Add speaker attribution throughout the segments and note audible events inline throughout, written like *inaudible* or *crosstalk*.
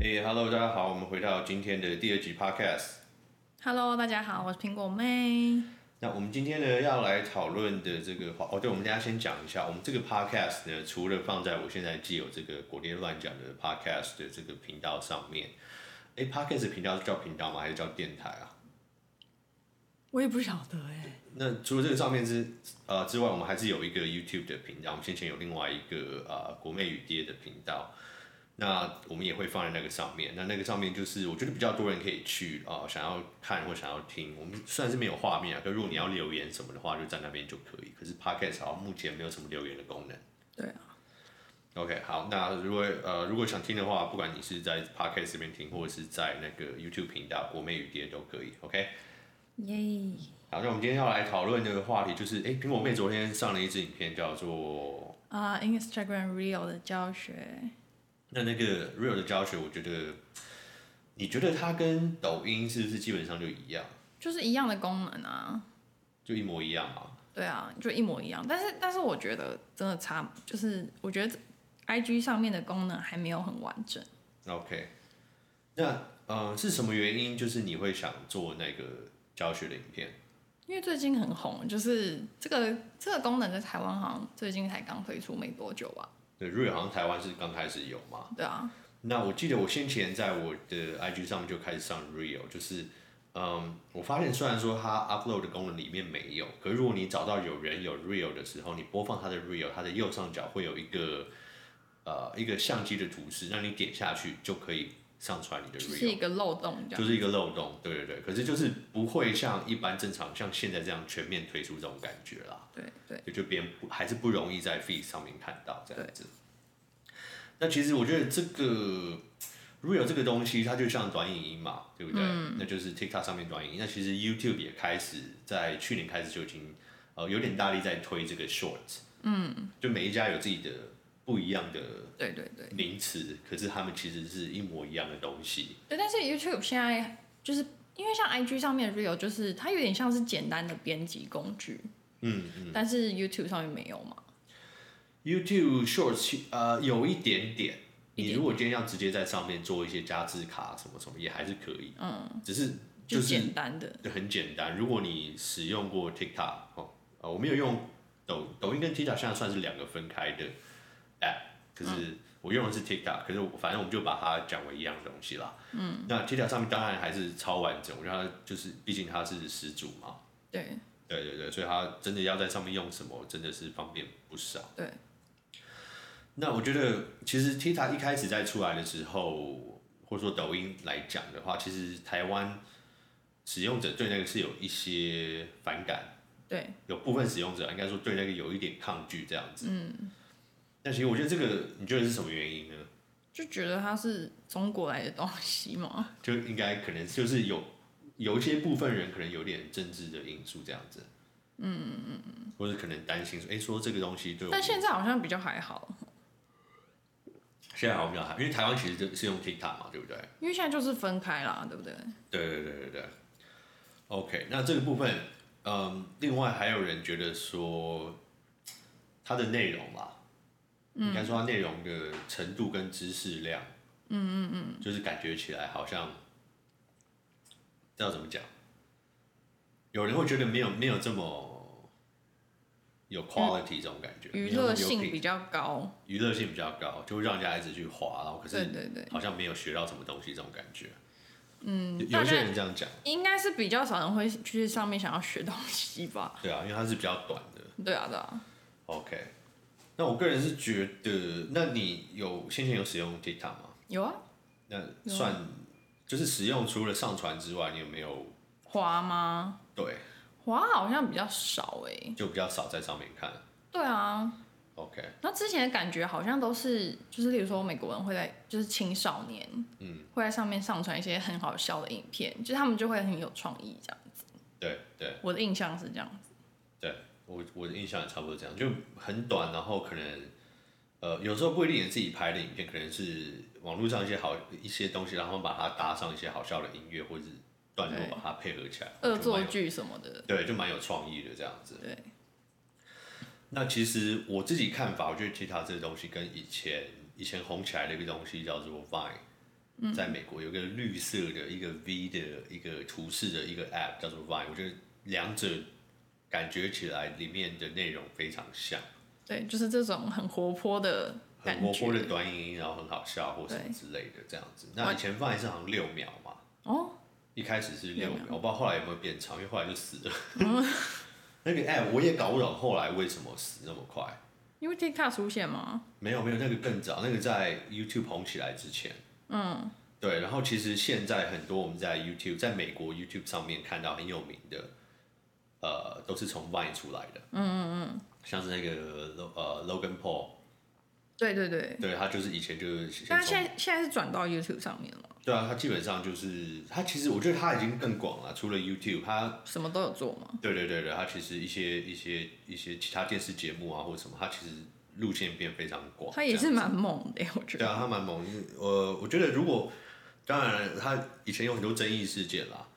Speaker 1: 嘿、h e l l o 大家好，我们回到今天的第二集 Podcast。
Speaker 2: Hello，大家好，我是苹果妹。
Speaker 1: 那我们今天呢要来讨论的这个话，哦，对，我们大家先讲一下，我们这个 podcast 呢，除了放在我现在既有这个国内乱讲的 podcast 的这个频道上面，哎，podcast 频道是叫频道吗？还是叫电台啊？
Speaker 2: 我也不晓得哎、
Speaker 1: 那除了这个上面之呃之外，我们还是有一个 YouTube 的频道，我们先前有另外一个呃国妹与爹的频道，那我们也会放在那个上面。那那个上面就是我觉得比较多人可以去啊、呃想要看或想要听。我们虽然是没有画面啊，可如果你要留言什么的话，就在那边就可以。可是 Podcast 好像目前没有什么留言的功能。
Speaker 2: 对啊，
Speaker 1: OK，好，那如果呃如果想听的话，不管你是在 Podcast 这边听，或者是在那个 YouTube 频道国妹与爹都可以。OK。
Speaker 2: 耶、
Speaker 1: 好，那我们今天要来讨论这个话题，就是哎，诶苹果妹昨天上了一支影片，叫做
Speaker 2: 啊、i n s t a g r a m Real 的教学，
Speaker 1: 那那个 Real 的教学，我觉得你觉得它跟抖音是不是基本上就一样，
Speaker 2: 就是一样的功能啊。
Speaker 1: 就一模一样嘛？
Speaker 2: 对啊，就一模一样。但是，但是我觉得真的差，就是我觉得 I G 上面的功能还没有很完整。
Speaker 1: OK，那呃是什么原因？就是你会想做那个教学的影片？
Speaker 2: 因为最近很红，就是这个这个功能在台湾好像最近才刚推出没多久吧？
Speaker 1: 对，Real 好像台湾是刚开始有嘛？
Speaker 2: 对啊，
Speaker 1: 那我记得我先前在我的 IG 上面就开始上 Real，就是嗯，我发现虽然说它 upload 的功能里面没有，可是如果你找到有人有 Real 的时候，你播放它的 Real，它的右上角会有一个呃一个相机的图示，让你点下去就可以上传你的
Speaker 2: 就是一
Speaker 1: Real。
Speaker 2: 个漏洞这
Speaker 1: 就
Speaker 2: 样。
Speaker 1: 是一个漏洞，对对对，可是就是不会像一般正常像现在这样全面推出这种感觉啦。
Speaker 2: 对对，
Speaker 1: 就就别人不还是不容易在 feed 上面看到这样
Speaker 2: 对
Speaker 1: 子。那其实我觉得这个 real 这个东西，它就像短影音嘛，对不对？那就是 TikTok 上面短影音。那其实 YouTube 也开始在去年开始就已经呃有点大力在推这个 short。嗯，就每一家有自己的不一样的
Speaker 2: 对对对。
Speaker 1: 名词，可是他们其实是一模一样的东西。
Speaker 2: 对，但是 YouTube 现在就是因为像 IG 上面的 Real，就是它有点像是简单的编辑工具，
Speaker 1: 嗯，
Speaker 2: 但是 YouTube 上面没有嘛。
Speaker 1: YouTube Shorts 呃有一点点，
Speaker 2: 一点点
Speaker 1: 你如果今天要直接在上面做一些加字卡什么什么，也还是可以。嗯，只是
Speaker 2: 就
Speaker 1: 就是
Speaker 2: 简单的，
Speaker 1: 很简单。如果你使用过 TikTok 哦，呃，我没有用抖抖音跟 TikTok 现在算是两个分开的 app，可是我用的是 TikTok，可是我反正我们就把它讲为一样的东西啦。嗯，那 TikTok 上面当然还是超完整，我觉得它就是毕竟它是始祖嘛。
Speaker 2: 对
Speaker 1: 对对对，所以它真的要在上面用什么，真的是方便不少。
Speaker 2: 对，
Speaker 1: 那我觉得，其实 TikTok 一开始在出来的时候，或者说抖音来讲的话，其实台湾使用者对那个是有一些反感，
Speaker 2: 对
Speaker 1: 有部分使用者应该说对那个有一点抗拒这样子。嗯。那其实我觉得这个，你觉得是什么原因呢？
Speaker 2: 就觉得它是中国来的东西嘛。
Speaker 1: 就应该可能就是有有一些部分人可能有点政治的因素这样子。嗯嗯嗯。或者可能担心说，哎、说这个东西对我们
Speaker 2: 但现在好像比较还好，
Speaker 1: 现在好像比较好，因为台湾其实就是用 TikTok 嘛，对不对？
Speaker 2: 因为现在就是分开啦，对不对？
Speaker 1: 对对对对对。OK，那这个部分，嗯，另外还有人觉得说，它的内容啦，应该说它内容的程度跟知识量，嗯嗯嗯，就是感觉起来好像，这要怎么讲？有人会觉得没有没有这么有 quality 这种感觉，
Speaker 2: 嗯娱
Speaker 1: 没有那么
Speaker 2: 乐
Speaker 1: 有
Speaker 2: 性
Speaker 1: 品
Speaker 2: 比较高，
Speaker 1: 娱乐性比较高，就会让人家一直去滑，然后可
Speaker 2: 对
Speaker 1: 是
Speaker 2: 对对，
Speaker 1: 好像没有学到什么东西这种感觉。嗯，
Speaker 2: 大
Speaker 1: 有
Speaker 2: 概
Speaker 1: 一些人这样讲。
Speaker 2: 应该是比较少人会去上面想要学东西吧？ *laughs*
Speaker 1: 对啊，因为它是比较短的。
Speaker 2: 对啊对啊，
Speaker 1: OK，那我个人是觉得，那你有先前有使用 TikTok 吗？
Speaker 2: 有啊，
Speaker 1: 那算就是使用除了上传之外，你有没有
Speaker 2: 滑吗？
Speaker 1: 对
Speaker 2: 滑好像比较少哎、
Speaker 1: 就比较少在上面看
Speaker 2: 对啊，
Speaker 1: ？OK，
Speaker 2: 那之前的感觉好像都是，就是例如说美国人会在，就是青少年，嗯，会在上面上传一些很好笑的影片，就是他们就会很有创意这样。
Speaker 1: 对对
Speaker 2: 我的印象是这样子，
Speaker 1: 对，我我的印象也差不多这样，就很短，然后可能。呃，有时候不一定也自己拍的影片，可能是网络上一些好一些东西，然后把它搭上一些好笑的音乐或者是段落
Speaker 2: 对，
Speaker 1: 把它配合起来，
Speaker 2: 恶
Speaker 1: 就蛮
Speaker 2: 作
Speaker 1: 有
Speaker 2: 剧什么的，
Speaker 1: 对，就蛮有创意的这样子。
Speaker 2: 对。
Speaker 1: 那其实我自己看法，我觉得吉他这个东西跟以前以前红起来的一个东西叫做 Vine，
Speaker 2: 嗯
Speaker 1: 在美国有一个绿色的一个 V 的一个图示的一个 App 叫做 Vine，我觉得两者感觉起来里面的内容非常像，
Speaker 2: 对，就是这种很活泼的
Speaker 1: 很
Speaker 2: 感
Speaker 1: 活泼的
Speaker 2: 觉。
Speaker 1: 短影音，然后很好笑或什么
Speaker 2: 对
Speaker 1: 之类的这样子。那以前 Vine 是好像六秒嘛，
Speaker 2: 哦，
Speaker 1: 一开始是六
Speaker 2: 六
Speaker 1: 秒
Speaker 2: 秒，
Speaker 1: 我不知道后来有没有变长，因为后来就死了。
Speaker 2: *laughs*
Speaker 1: 那个 App 我也搞不懂后来为什么死那么快。
Speaker 2: 因为 TikTok 出现嘛，
Speaker 1: 没有没有，那个更早，那个在 YouTube 红起来之前。
Speaker 2: 嗯，
Speaker 1: 对，然后其实现在很多我们在 YouTube，在美国 YouTube 上面看到很有名的，呃，都是从 Vine 出来的。嗯嗯嗯。像是那个 Lo- 呃 Logan Paul，
Speaker 2: 对对对。
Speaker 1: 对他就是以前就是先
Speaker 2: 但
Speaker 1: 从
Speaker 2: 是现在现在是转到 YouTube 上面了，
Speaker 1: 对啊，他基本上就是他其实我觉得他已经更广了，除了 YouTube，他
Speaker 2: 什么都有做嘛。
Speaker 1: 对对对对，他其实一些一些一些其他电视节目啊或者什么，他其实路线变非常广。
Speaker 2: 他也
Speaker 1: 哦这样
Speaker 2: 是
Speaker 1: 子
Speaker 2: 蛮猛的，欸我觉
Speaker 1: 对
Speaker 2: 得。
Speaker 1: 啊，他蛮猛。呃，我觉得如果当然他以前有很多争议事件啦，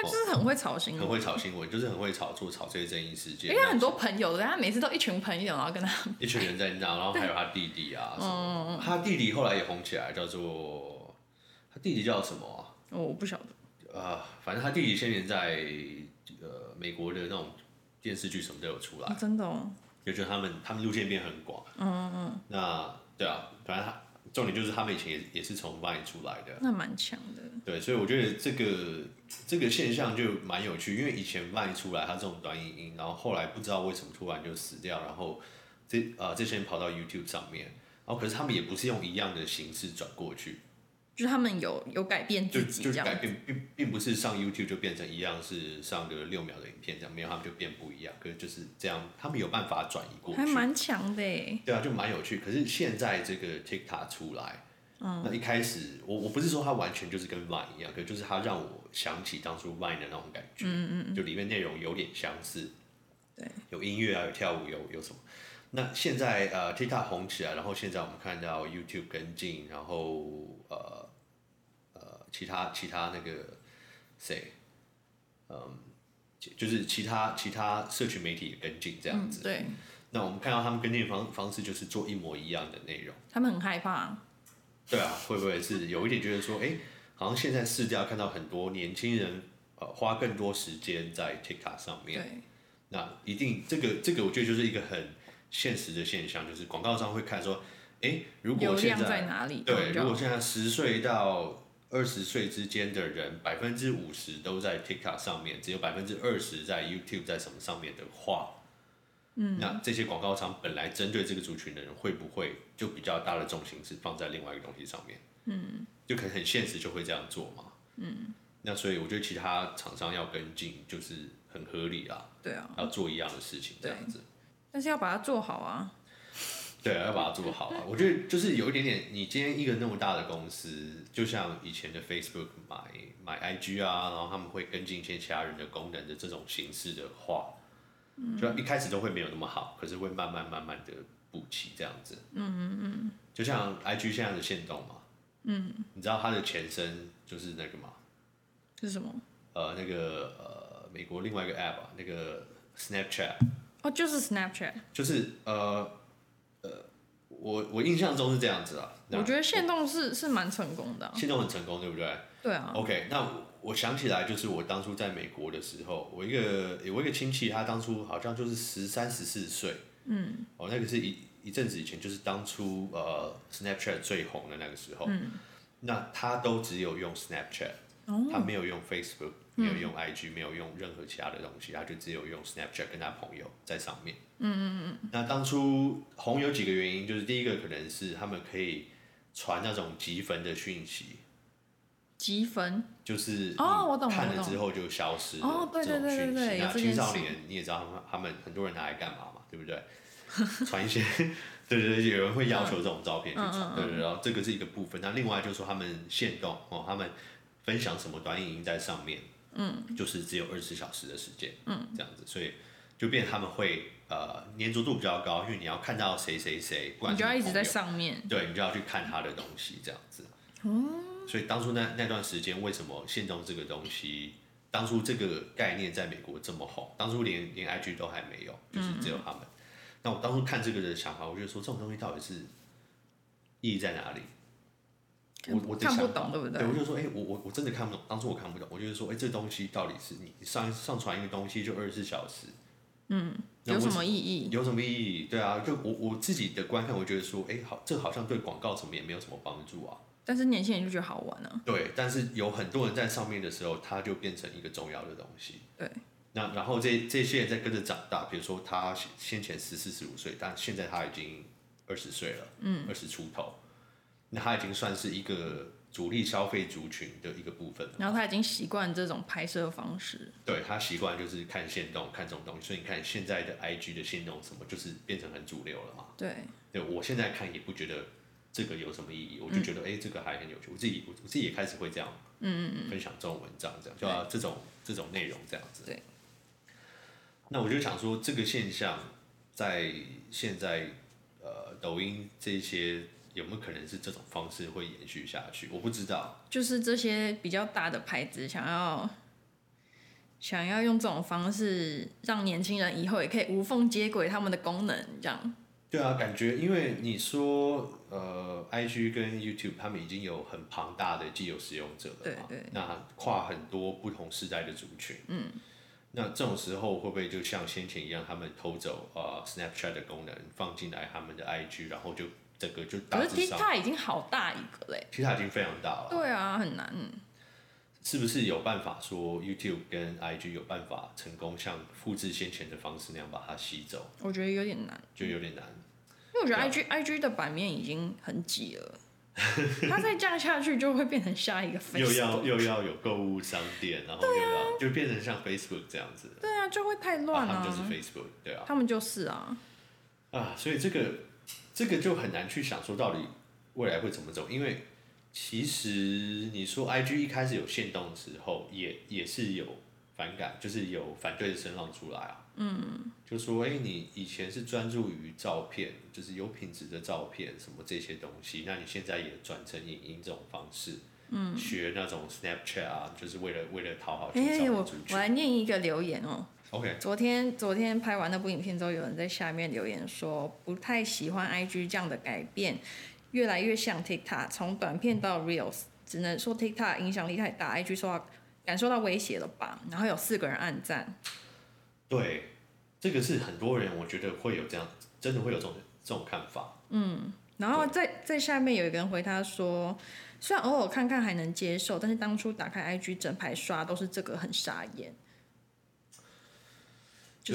Speaker 2: 他就是很会炒新
Speaker 1: 很
Speaker 2: 闻，
Speaker 1: 会炒新闻，就是很会炒作、炒这些争议事件。
Speaker 2: 因为他很多朋友的，他每次都一群朋友，然后跟他
Speaker 1: 一群人在闹，然后还有他弟弟啊什
Speaker 2: 嗯
Speaker 1: 么的。他弟弟后来也红起来，叫做他弟弟叫什么啊？
Speaker 2: 哦我不晓得。
Speaker 1: 呃，反正他弟弟先前在呃美国的那种电视剧什么都有出来 *laughs*
Speaker 2: 哦，真的哦，
Speaker 1: 就觉得他们他们路线变很广。嗯嗯。那对啊，反正他重点就是他们以前也也是从 Vine 出来的。
Speaker 2: 那蛮强的。
Speaker 1: 对，所以我觉得这个这个现象就蛮有趣，因为以前卖出来它这种短影音，然后后来不知道为什么突然就死掉，然后这啊、这些人跑到 YouTube 上面，然后可是他们也不是用一样的形式转过去，
Speaker 2: 就是他们有有改变
Speaker 1: 就
Speaker 2: 自己
Speaker 1: 就
Speaker 2: 这
Speaker 1: 改
Speaker 2: 样，
Speaker 1: 变，并并不是上 YouTube 就变成一样是上个六秒的影片这样，没有他们就变不一样，可是就是这样，他们有办法转移过去
Speaker 2: 还。蛮强的欸耶。
Speaker 1: 对啊，就蛮有趣。可是现在这个 TikTok 出来，那一开始我我不是说它完全就是跟 Vine 一样，可就是它让我想起当初 Vine 的那种感觉，嗯嗯就里面内容有点相似，
Speaker 2: 对，
Speaker 1: 有音乐啊，有跳舞，有有什么。那现在呃 TikTok 红起来，然后现在我们看到 YouTube 跟进，然后呃呃其他其他那个谁，嗯，就是其他其他社群媒体也跟进这样
Speaker 2: 嗯
Speaker 1: 子，，
Speaker 2: 对
Speaker 1: 那我们看到他们跟进的方方式就是做一模一样的内容，
Speaker 2: 他们很害怕，
Speaker 1: 对啊，会不会是有一点觉得说，哎、好像现在市调看到很多年轻人呃花更多时间在 TikTok 上面，
Speaker 2: 对，
Speaker 1: 那一定这个这个我觉得就是一个很现实的现象，就是广告商会看说，哎、如
Speaker 2: 流
Speaker 1: 果现
Speaker 2: 量
Speaker 1: 在
Speaker 2: 在哪里？
Speaker 1: 对，
Speaker 2: 就
Speaker 1: 如果现在十岁到二十岁之间的人，百分之五十都在 TikTok 上面，只有百分之二十在 YouTube 在什么上面的话，嗯，那这些广告商本来针对这个族群的人，会不会就比较大的重心是放在另外一个东西上面？嗯，就可能很现实，就会这样做嘛。嗯，那所以我觉得其他厂商要跟进，就是很合理啊，
Speaker 2: 对啊，
Speaker 1: 要做一样的事情这样子。
Speaker 2: 但是要把它做好啊。
Speaker 1: 对，要把它做好啊！我觉得就是有一点点，你今天一个那么大的公司，就像以前的 Facebook 买买 IG 啊，然后他们会跟进一些其他人的功能的这种形式的话，就一开始都会没有那么好，可是会慢慢慢慢的补齐这样子。嗯嗯嗯。就像 IG 现在的限动嘛，嗯，你知道它的前身就是那个嘛，
Speaker 2: 是什么？
Speaker 1: 呃，那个呃，美国另外一个 App 啊，那个 Snapchat，
Speaker 2: 哦，就是 Snapchat。
Speaker 1: 就是呃呃，我我印象中是这样子啊。那
Speaker 2: 我觉得限动是是蛮成功的啊、
Speaker 1: 现在很成功，对不对、
Speaker 2: 对啊，
Speaker 1: o k 那我我想起来，就是我当初在美国的时候，我一个我一个亲戚，他当初好像就是十三十四岁，嗯，哦，那个是一一阵子以前，就是当初呃 Snapchat 最红的那个时候，嗯，哦那他都只有用 Snapchat，、他没有用 Facebook，没有用 IG，、没有用任何其他的东西，他就只有用 Snapchat 跟他朋友在上面，嗯嗯嗯，那当初红有几个原因，就是第一个可能是他们可以传那种集粉的讯息，
Speaker 2: 积分
Speaker 1: 就是
Speaker 2: 哦
Speaker 1: 你
Speaker 2: 我懂
Speaker 1: 看
Speaker 2: 我
Speaker 1: 了
Speaker 2: 懂
Speaker 1: 之后就消失了
Speaker 2: 哦对
Speaker 1: 这种
Speaker 2: 对对
Speaker 1: 讯息
Speaker 2: 对对
Speaker 1: 那
Speaker 2: 有这
Speaker 1: 青
Speaker 2: 件
Speaker 1: 少
Speaker 2: 事
Speaker 1: 年你也知道，他们他们很多人拿来干嘛嘛，对不对？ *laughs* 传一些，对对对，有人会要
Speaker 2: 嗯
Speaker 1: 求这种照片去传，对对对，然后这个是一个部分。那另外就是说他们限动哦，他们分享什么短影音在上面，嗯，就是只有二十四小时的时间，嗯，这样子，所以就变他们会呃粘着度比较高，因为你要看到谁谁谁，不管
Speaker 2: 你
Speaker 1: 是
Speaker 2: 就要一
Speaker 1: 朋
Speaker 2: 直在
Speaker 1: 友
Speaker 2: 上面。
Speaker 1: 对，你就要去看他的东西这样子。
Speaker 2: 哦
Speaker 1: 所以当初那那段时间，为什么现动这个东西，当初这个概念在美国这么红？当初连连 IG 都还没有，就是只有
Speaker 2: 嗯
Speaker 1: 他们。那我当初看这个的想法，我就说这种东西到底是意义在哪里？我我的
Speaker 2: 看不
Speaker 1: 想法
Speaker 2: 懂对不对
Speaker 1: 对？我就说，哎、我我我真的看不懂，当初我看不懂，我就是说，哎、这东西到底是你上上传一个东西就二十四小时，嗯，
Speaker 2: 有什么意义？
Speaker 1: 有什么意义？对啊，就我我自己的观看，我觉得说，哎、好，这好像对广告什么也没有什么帮助啊。
Speaker 2: 但是年轻人就觉得好玩啊，
Speaker 1: 对，但是有很多人在上面的时候，它就变成一个重要的东西。
Speaker 2: 对，
Speaker 1: 那然后这这些人在跟着长大，比如说他先先前十四十五岁，但现在他已经二十岁了，嗯，二十出头，那他已经算是一个主力消费族群的一个部分了。
Speaker 2: 然后他已经习惯这种拍摄方式，
Speaker 1: 对他习惯就是看现动，看这种东西，所以你看现在的 IG 的现动什么，就是变成很主流了嘛。
Speaker 2: 对，
Speaker 1: 对我现在看也不觉得这个有什么意义，我就觉得哎、诶这个还很有趣。我自己我我自己也开始会这样，嗯嗯分享这种文章这样，就、啊、这种这种内容这样子。
Speaker 2: 对。
Speaker 1: 那我就想说，这个现象在现在呃抖音这些有没有可能是这种方式会延续下去？我不知道。
Speaker 2: 就是这些比较大的牌子想要想要用这种方式让年轻人以后也可以无缝接轨他们的功能，这样
Speaker 1: 对啊，感觉因为你说呃，IG 跟 YouTube 他们已经有很庞大的既有使用者了嘛，
Speaker 2: 对对
Speaker 1: 那跨很多不同世代的族群，嗯，那这种时候会不会就像先前一样，他们偷走呃 Snapchat 的功能放进来他们的 IG，然后就整个就大
Speaker 2: 可是
Speaker 1: 致上，
Speaker 2: TikTok 已经好大一个嘞，
Speaker 1: 其实它已经非常大了，
Speaker 2: 对啊，很难，嗯
Speaker 1: 是不是有办法说 YouTube 跟 IG 有办法成功像复制先前的方式那样把它吸走，
Speaker 2: 我觉得有点难，
Speaker 1: 就有点难。
Speaker 2: 因为我觉得
Speaker 1: 对啊
Speaker 2: IG、IG 的版面已经很挤了，它再这样下去就会变成下一个 Facebook，
Speaker 1: 又要又要有购物商店，然后又要、就变成像 Facebook 这样子，
Speaker 2: 对啊，就会太
Speaker 1: 啊，
Speaker 2: 乱了、
Speaker 1: 他们就是 Facebook，对啊，
Speaker 2: 他们就是啊，
Speaker 1: 啊，所以这个这个就很难去想说到底未来会怎么走，因为其实你说 IG 一开始有限动的时候，也也是有反感，就是有反对的声浪出来啊，嗯，就说哎、你以前是专注于照片，就是有品质的照片什么这些东西，那你现在也转成影音这种方式。嗯，学那种 Snapchat 啊，就是为了为了讨好
Speaker 2: 哎、
Speaker 1: 青少年
Speaker 2: 我
Speaker 1: 族
Speaker 2: 我
Speaker 1: 群。
Speaker 2: 来念一个留言哦、
Speaker 1: OK，
Speaker 2: 昨天昨天拍完那部影片之后，有人在下面留言说不太喜欢 IG 这样的改变，越来越像 TikTok，从短片到 Reels，只能说 TikTok 影响力太大，IG 受到感受到威胁了吧？然后有四个人暗赞，
Speaker 1: 对，这个是很多人我觉得会有这样，真的会有这种这种看法。
Speaker 2: 然后在在下面有一个人回他说，虽然偶尔看看还能接受，但是当初打开 IG 整排刷都是这个，很傻眼。就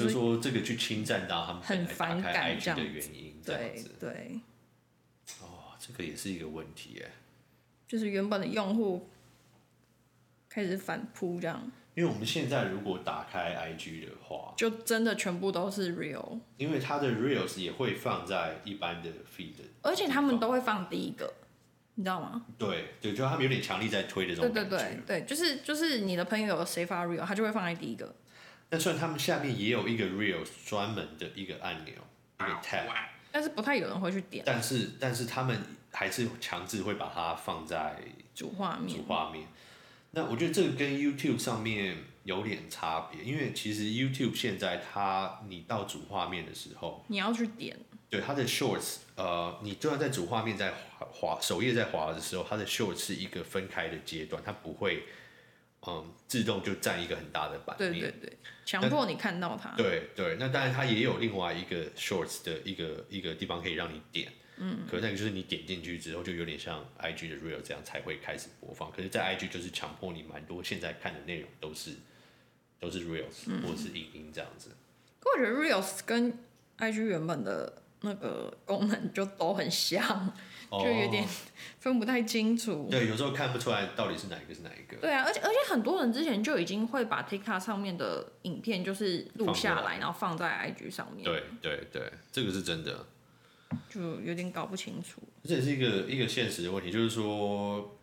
Speaker 1: 就是是说这个去侵占到他们
Speaker 2: 很
Speaker 1: 本来打
Speaker 2: 反
Speaker 1: 开
Speaker 2: 感这
Speaker 1: IG
Speaker 2: 样
Speaker 1: 的原因，这样
Speaker 2: 对
Speaker 1: 子。
Speaker 2: 对，
Speaker 1: 哦，这个也是一个问题耶，
Speaker 2: 就是原本的用户开始反扑这样。
Speaker 1: 因为我们现在如果打开 IG 的话，
Speaker 2: 就真的全部都是 real，
Speaker 1: 因为它的 Reels 也会放在一般的 feed，的
Speaker 2: 而且他们都会放第一个，你知道吗？
Speaker 1: 对对，就他们有点强力在推的这
Speaker 2: 对
Speaker 1: 种
Speaker 2: 对
Speaker 1: 感觉。
Speaker 2: 对对，就是就是你的朋友有谁发 real，他就会放在第一个。
Speaker 1: 那虽然他们下面也有一个 Reels 专门的一个按钮，一个 tab，
Speaker 2: 但是不太有人会去点
Speaker 1: 但是但是他们还是强制会把它放在
Speaker 2: 主画面
Speaker 1: 主，画面。那我觉得这个跟 YouTube 上面有点差别，因为其实 YouTube 现在它你到主画面的时候，
Speaker 2: 你要去点，
Speaker 1: 对它的 Shorts，呃，你就算在主画面在滑滑首页在滑的时候，它的 Shorts 是一个分开的阶段，它不会嗯自动就占一个很大的版
Speaker 2: 对
Speaker 1: 面。
Speaker 2: 对对，强迫你看到它。
Speaker 1: 对对，那当然它也有另外一个 Shorts 的一个一个地方可以让你点，嗯，可是那个就是你点进去之后，就有点像 IG 的 Real 这样才会开始播放。可是，在 IG 就是强迫你蛮多现在看的内容都是都是 Reels、或
Speaker 2: 嗯
Speaker 1: 者是影音这样子。
Speaker 2: 可我觉得 reels 跟 IG 原本的那个功能就都很像，
Speaker 1: 哦
Speaker 2: 就有点分不太清楚。
Speaker 1: 对，有时候看不出来到底是哪一个是哪一个。
Speaker 2: 对啊，而且而且很多人之前就已经会把 TikTok 上面的影片就是录
Speaker 1: 放
Speaker 2: 下
Speaker 1: 过来
Speaker 2: 来，然后放在 IG 上面，
Speaker 1: 对对对，这个是真的。
Speaker 2: 就有点搞不清楚。
Speaker 1: 这也是一个一个现实的问题，就是说，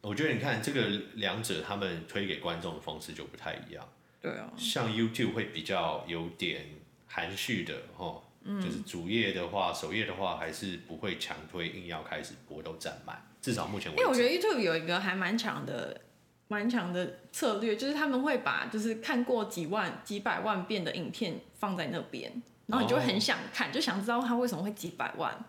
Speaker 1: 我觉得你看这个两者他们推给观众的方式就不太一样，
Speaker 2: 对啊，
Speaker 1: 像 YouTube 会比较有点含蓄的哦，
Speaker 2: 嗯
Speaker 1: 就是主页的话，首页的话还是不会强推，硬要开始播都占满，至少目前
Speaker 2: 因
Speaker 1: 为
Speaker 2: 为我
Speaker 1: 止。
Speaker 2: 觉得 YouTube 有一个还蛮强的、蛮强的策略，就是他们会把就是看过几万、几百万遍的影
Speaker 1: 哦
Speaker 2: 片放在那边，然后你就会很想看，就想知道它为什么会几百万。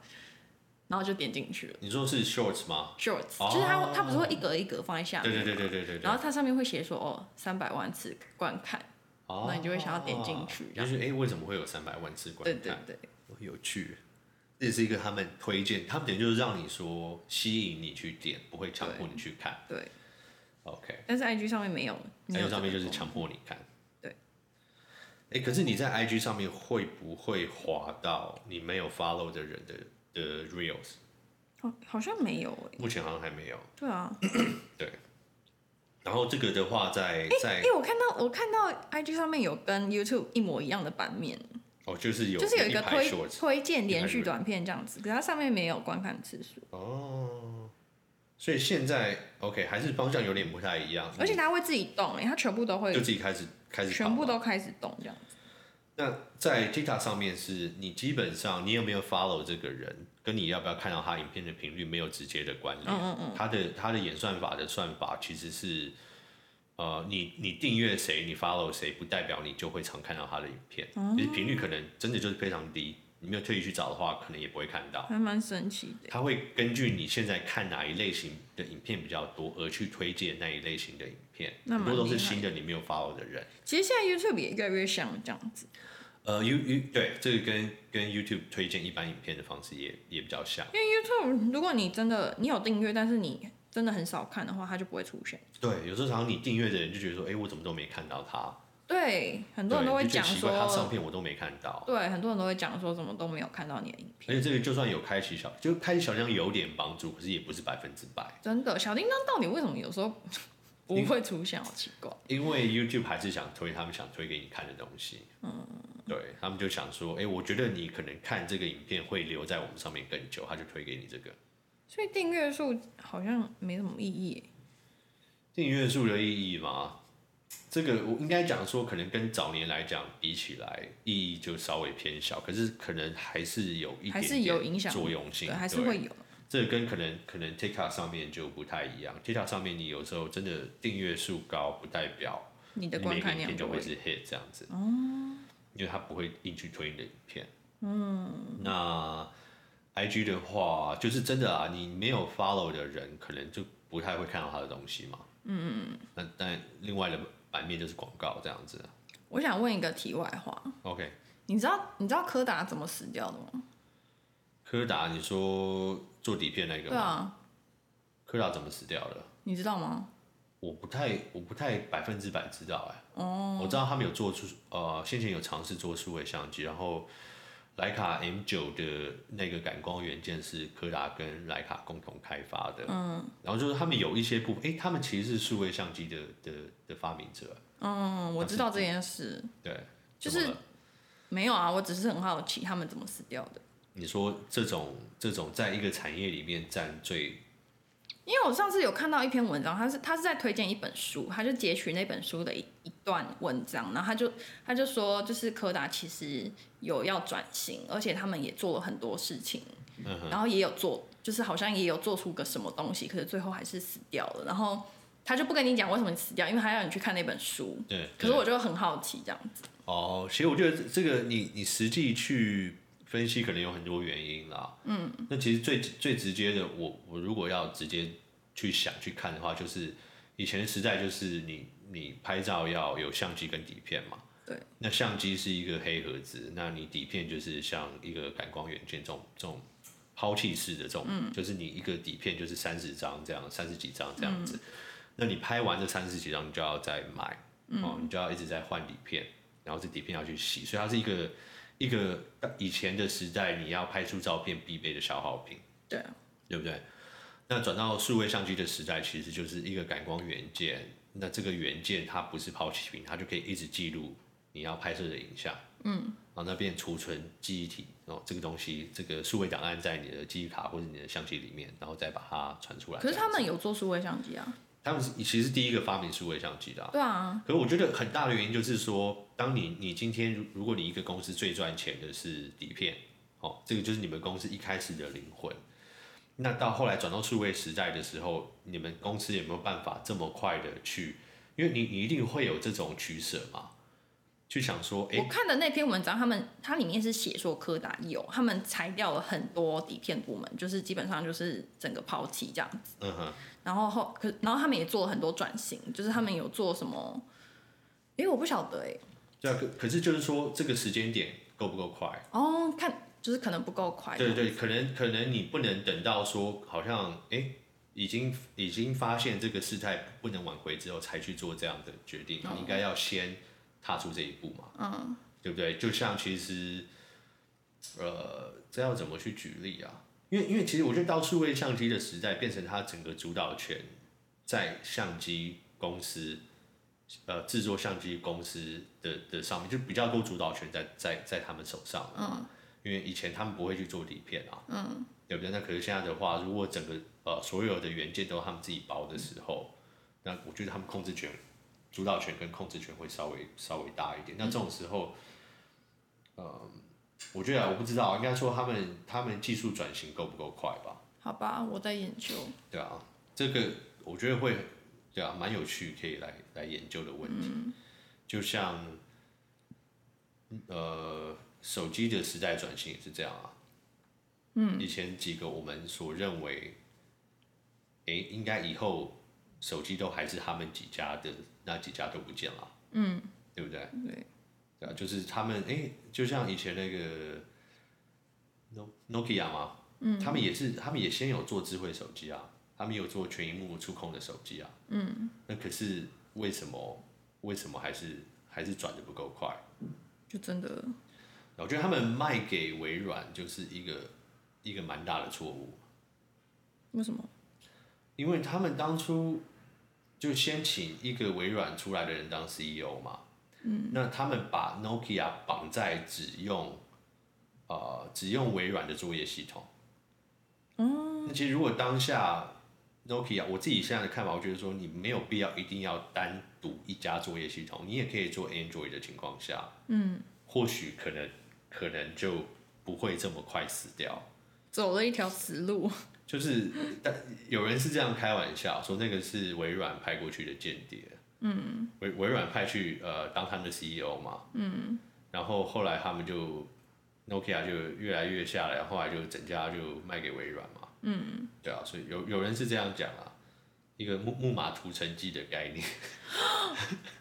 Speaker 2: 然后就点进去了。
Speaker 1: 你说是 shorts 吗？
Speaker 2: Shorts，、
Speaker 1: 哦
Speaker 2: 就是它它不是会一格一格放在下
Speaker 1: 对
Speaker 2: 面吗，
Speaker 1: 对对对对对对
Speaker 2: 然。后它上面会写说哦三百万次观看，
Speaker 1: 哦
Speaker 2: 那你就会想要点进去这
Speaker 1: 就
Speaker 2: 样
Speaker 1: 是哎，诶为什么会有三百万次观
Speaker 2: 对
Speaker 1: 看？
Speaker 2: 对对，
Speaker 1: 有趣，这也是一个他们推荐，他们点就是让你说吸引你去点，不会强迫你去看。
Speaker 2: 对
Speaker 1: OK，
Speaker 2: 但是 IG 上面没有了没有
Speaker 1: 在
Speaker 2: 这
Speaker 1: 上面
Speaker 2: 个
Speaker 1: 就是
Speaker 2: 功
Speaker 1: 强迫你看。
Speaker 2: 对。
Speaker 1: 哎，可是你在 IG 上面会不会滑到你没有 follow 的人的的 reels？
Speaker 2: 能，哦好好像没有哎、
Speaker 1: 目前好像还没有。
Speaker 2: 对啊，
Speaker 1: 对。然后这个的话在，在
Speaker 2: 哎、我看到我看到 IG 上面有跟 YouTube 一模一样的版面，
Speaker 1: 哦，就是有
Speaker 2: 就是有
Speaker 1: 一
Speaker 2: 一个
Speaker 1: 排
Speaker 2: 推
Speaker 1: shorts
Speaker 2: 推荐连
Speaker 1: 一
Speaker 2: 续
Speaker 1: 排
Speaker 2: 短片这样子，可是它上面没有观看次数，
Speaker 1: 哦，所以现在 OK 还是方向有点不太一样，
Speaker 2: 而且它会自己动哎、它全部都
Speaker 1: 你
Speaker 2: 会
Speaker 1: 就自己开始开始
Speaker 2: 全部
Speaker 1: 跑嘛。啊
Speaker 2: 都开始动这样子，
Speaker 1: 那在 TikTok 上面是你基本上你有没有 follow 这个人，跟你要不要看到他影片的频率没有直接的关联。嗯嗯他的他的演算法的算法其实是，呃，你你订阅谁，你 follow 谁，不代表你就会常看到他的影片，其实频率可能真的就是非常低。你没有特意去找的话，可能也不会看到。
Speaker 2: 还蛮神奇的。
Speaker 1: 它会根据你现在看哪一类型的影片比较多，而去推荐那一类型的影片。
Speaker 2: 那
Speaker 1: 很多
Speaker 2: 蛮
Speaker 1: 都是
Speaker 2: 厉害
Speaker 1: 新的，你没有 follow 的人。
Speaker 2: 其实现在 YouTube 也越来越像这样子，
Speaker 1: 呃，You You 对，这个跟跟 YouTube 推荐一般影片的方式也也比较像。
Speaker 2: 因为 YouTube 如果你真的你有订阅，但是你真的很少看的话，它就不会出现。
Speaker 1: 对，有时候常常你订阅的人就觉得说，哎、我怎么都没看到他。
Speaker 2: 对，很多
Speaker 1: 对
Speaker 2: 人都会
Speaker 1: 你就觉
Speaker 2: 讲
Speaker 1: 得奇怪他上
Speaker 2: 说，
Speaker 1: 片我都没看到。
Speaker 2: 对，很多人都会讲说，怎么都没有看到你的影
Speaker 1: 而
Speaker 2: 片。
Speaker 1: 且这个就算有开启小，就开启小量有点帮助，可是也不是百分之百，
Speaker 2: 真的，小叮当到底为什么有时候不会出现？好奇怪。
Speaker 1: 因为 YouTube 还是想推他们想推给你看的东西。嗯，对他们就想说，哎、我觉得你可能看这个影片会留在我们上面更久，他就推给你这个。
Speaker 2: 所以订阅数好像没什么意义耶。
Speaker 1: 订阅数的意义嘛，这个我应该讲说，可能跟早年来讲比起来，意义就稍微偏小，可是可能还是有一点点
Speaker 2: 还是有影响
Speaker 1: 作用性，
Speaker 2: 对，还是会有。
Speaker 1: 这个跟可能可能 TikTok 上面就不太一样，TikTok 上面你有时候真的订阅数高，不代表
Speaker 2: 你的
Speaker 1: 你
Speaker 2: 观
Speaker 1: 每个
Speaker 2: 看
Speaker 1: 影
Speaker 2: 量
Speaker 1: 片就
Speaker 2: 就会
Speaker 1: 会是 hit 这样子。
Speaker 2: 哦
Speaker 1: 因为它不会硬去推你的影片。嗯，那 IG 的话，就是真的啊，你没有 follow 的人，可能就不太会看到他的东西嘛。嗯嗯那但另外的版面就是广告这样子。啊
Speaker 2: 我想问一个题外话，
Speaker 1: OK，
Speaker 2: 你知道你知道柯达怎么死掉的吗？
Speaker 1: 柯达，你说做底片那个
Speaker 2: 对
Speaker 1: 吗？
Speaker 2: 啊，
Speaker 1: 柯达怎么死掉的？
Speaker 2: 你知道吗？
Speaker 1: 我不太，我不太百分之百知道哎、哦。我知道他们有做出，呃，先前有尝试做数位相机，然后徕卡 M 九的那个感光元件是柯达跟徕卡共同开发的。嗯。然后就是他们有一些部分，哎、他们其实是数位相机的的的发明者。
Speaker 2: 嗯，我知道这件事，
Speaker 1: 对。
Speaker 2: 就
Speaker 1: 怎
Speaker 2: 是
Speaker 1: 么了
Speaker 2: 没有啊，我只是很好奇他们怎么死掉的。
Speaker 1: 你说这种这种在一个产业里面占最，
Speaker 2: 因为我上次有看到一篇文章，他是他是在推荐一本书，他就截取那本书的一一段文章，然后他就他就说，就是柯达其实有要转型，而且他们也做了很多事情，
Speaker 1: 嗯
Speaker 2: 然后也有做，就是好像也有做出个什么东西，可是最后还是死掉了。然后他就不跟你讲为什么你死掉，因为他要你去看那本书。
Speaker 1: 对。
Speaker 2: 可是我就很好奇这样子，
Speaker 1: 哦，其实我觉得这个你你实际去分析，可能有很多原因啦。嗯，那其实最最直接的，我我如果要直接去想去看的话，就是以前的时代就是你你拍照要有相机跟底片嘛。
Speaker 2: 对。
Speaker 1: 那相机是一个黑盒子，那你底片就是像一个感光元件这种这种抛弃式的这种，就是你一个底片就是三十张这样，三十几张这样子。那你拍完这三十几张，你就要再买。
Speaker 2: 嗯
Speaker 1: 哦，你就要一直在换底片，然后这底片要去洗，所以它是一个一个以前的时代，你要拍出照片必备的消耗品，
Speaker 2: 对啊，
Speaker 1: 对不对？那转到数位相机的时代，其实就是一个感光元件。那这个元件它不是抛弃品，它就可以一直记录你要拍摄的影像。嗯，然后那边储存记忆体，然后这个东西，这个数位档案在你的记忆卡或者你的相机里面，然后再把它传出来。
Speaker 2: 可是
Speaker 1: 这样
Speaker 2: 他们有做数位相机啊，
Speaker 1: 他们是其实是第一个发明数位相机的啊、
Speaker 2: 对啊，
Speaker 1: 可是我觉得很大的原因就是说，当你你今天如如果你一个公司最赚钱的是底片，哦，这个就是你们公司一开始的灵魂。那到后来转到数位时代的时候，你们公司有没有办法这么快的去？因为你你一定会有这种取舍嘛。去想说，哎、
Speaker 2: 我看的那篇文章，他们它里面是写说柯达有，他们裁掉了很多底片部门，就是基本上就是整个抛弃这样子。
Speaker 1: 嗯哼，
Speaker 2: 然后后可，然后他们也做了很多转型，就是他们有做什么，因为我不晓得哎、
Speaker 1: 对啊，可可是就是说这个时间点够不够快？
Speaker 2: 哦，看就是可能不够快。
Speaker 1: 对对，可能可能你不能等到说好像哎、诶已经已经发现这个事态不能挽回之后才去做这样的决定，你应该要先踏出这一步嘛，嗯，对不对？就像其实，呃，这要怎么去举例啊？因为因为其实我觉得到数位相机的时代变成它整个主导权在相机公司。呃，制作相机公司的的上面就比较多主导权在在在他们手上了嘛因为以前他们不会去做底片啊，嗯，对不对？那可是现在的话，如果整个呃所有的元件都他们自己包的时候，那我觉得他们控制权、主导权跟控制权会稍微稍微大一点。那这种时候，嗯、我觉得啊我不知道，应该说他们他们技术转型够不够快吧？
Speaker 2: 好吧，我在研究。
Speaker 1: 对啊，这个我觉得会，对啊，蛮有趣，可以来来研究的问题。就像，呃，手机的时代转型也是这样啊。嗯。以前几个我们所认为，诶，应该以后手机都还是他们几家的，那几家都不见了。嗯。对不对？
Speaker 2: 对。
Speaker 1: 对啊，就是他们诶，就像以前那个 No Nokia 嘛，嗯，他们也是，他们也先有做智慧手机啊，他们有做全荧幕触控的手机啊，嗯，那可是为什么为什么还是还是转的不够快？
Speaker 2: 就真的
Speaker 1: 我觉得他们卖给微软就是一个一个蛮大的错误，
Speaker 2: 为什么？
Speaker 1: 因为他们当初就先请一个微软出来的人当 CEO 嘛，嗯，那他们把 Nokia 绑在只用呃只用微软的作业系统，嗯，那其实如果当下 Nokia 我自己现在的看法，我觉得说你没有必要一定要单独一家作业系统，你也可以做 Android 的情况下，嗯，或许可能可能就不会这么快死掉。
Speaker 2: 走了一条死路，
Speaker 1: 就是，但有人是这样开玩笑说，那个是微软派过去的间谍。嗯，微微软派去呃当他们的 CEO 嘛。嗯，然后后来他们就 Nokia 就越来越下来，后来就整家就卖给微软嘛。嗯，对啊，所以有有人是这样讲啊，一个木木马屠城记的概念，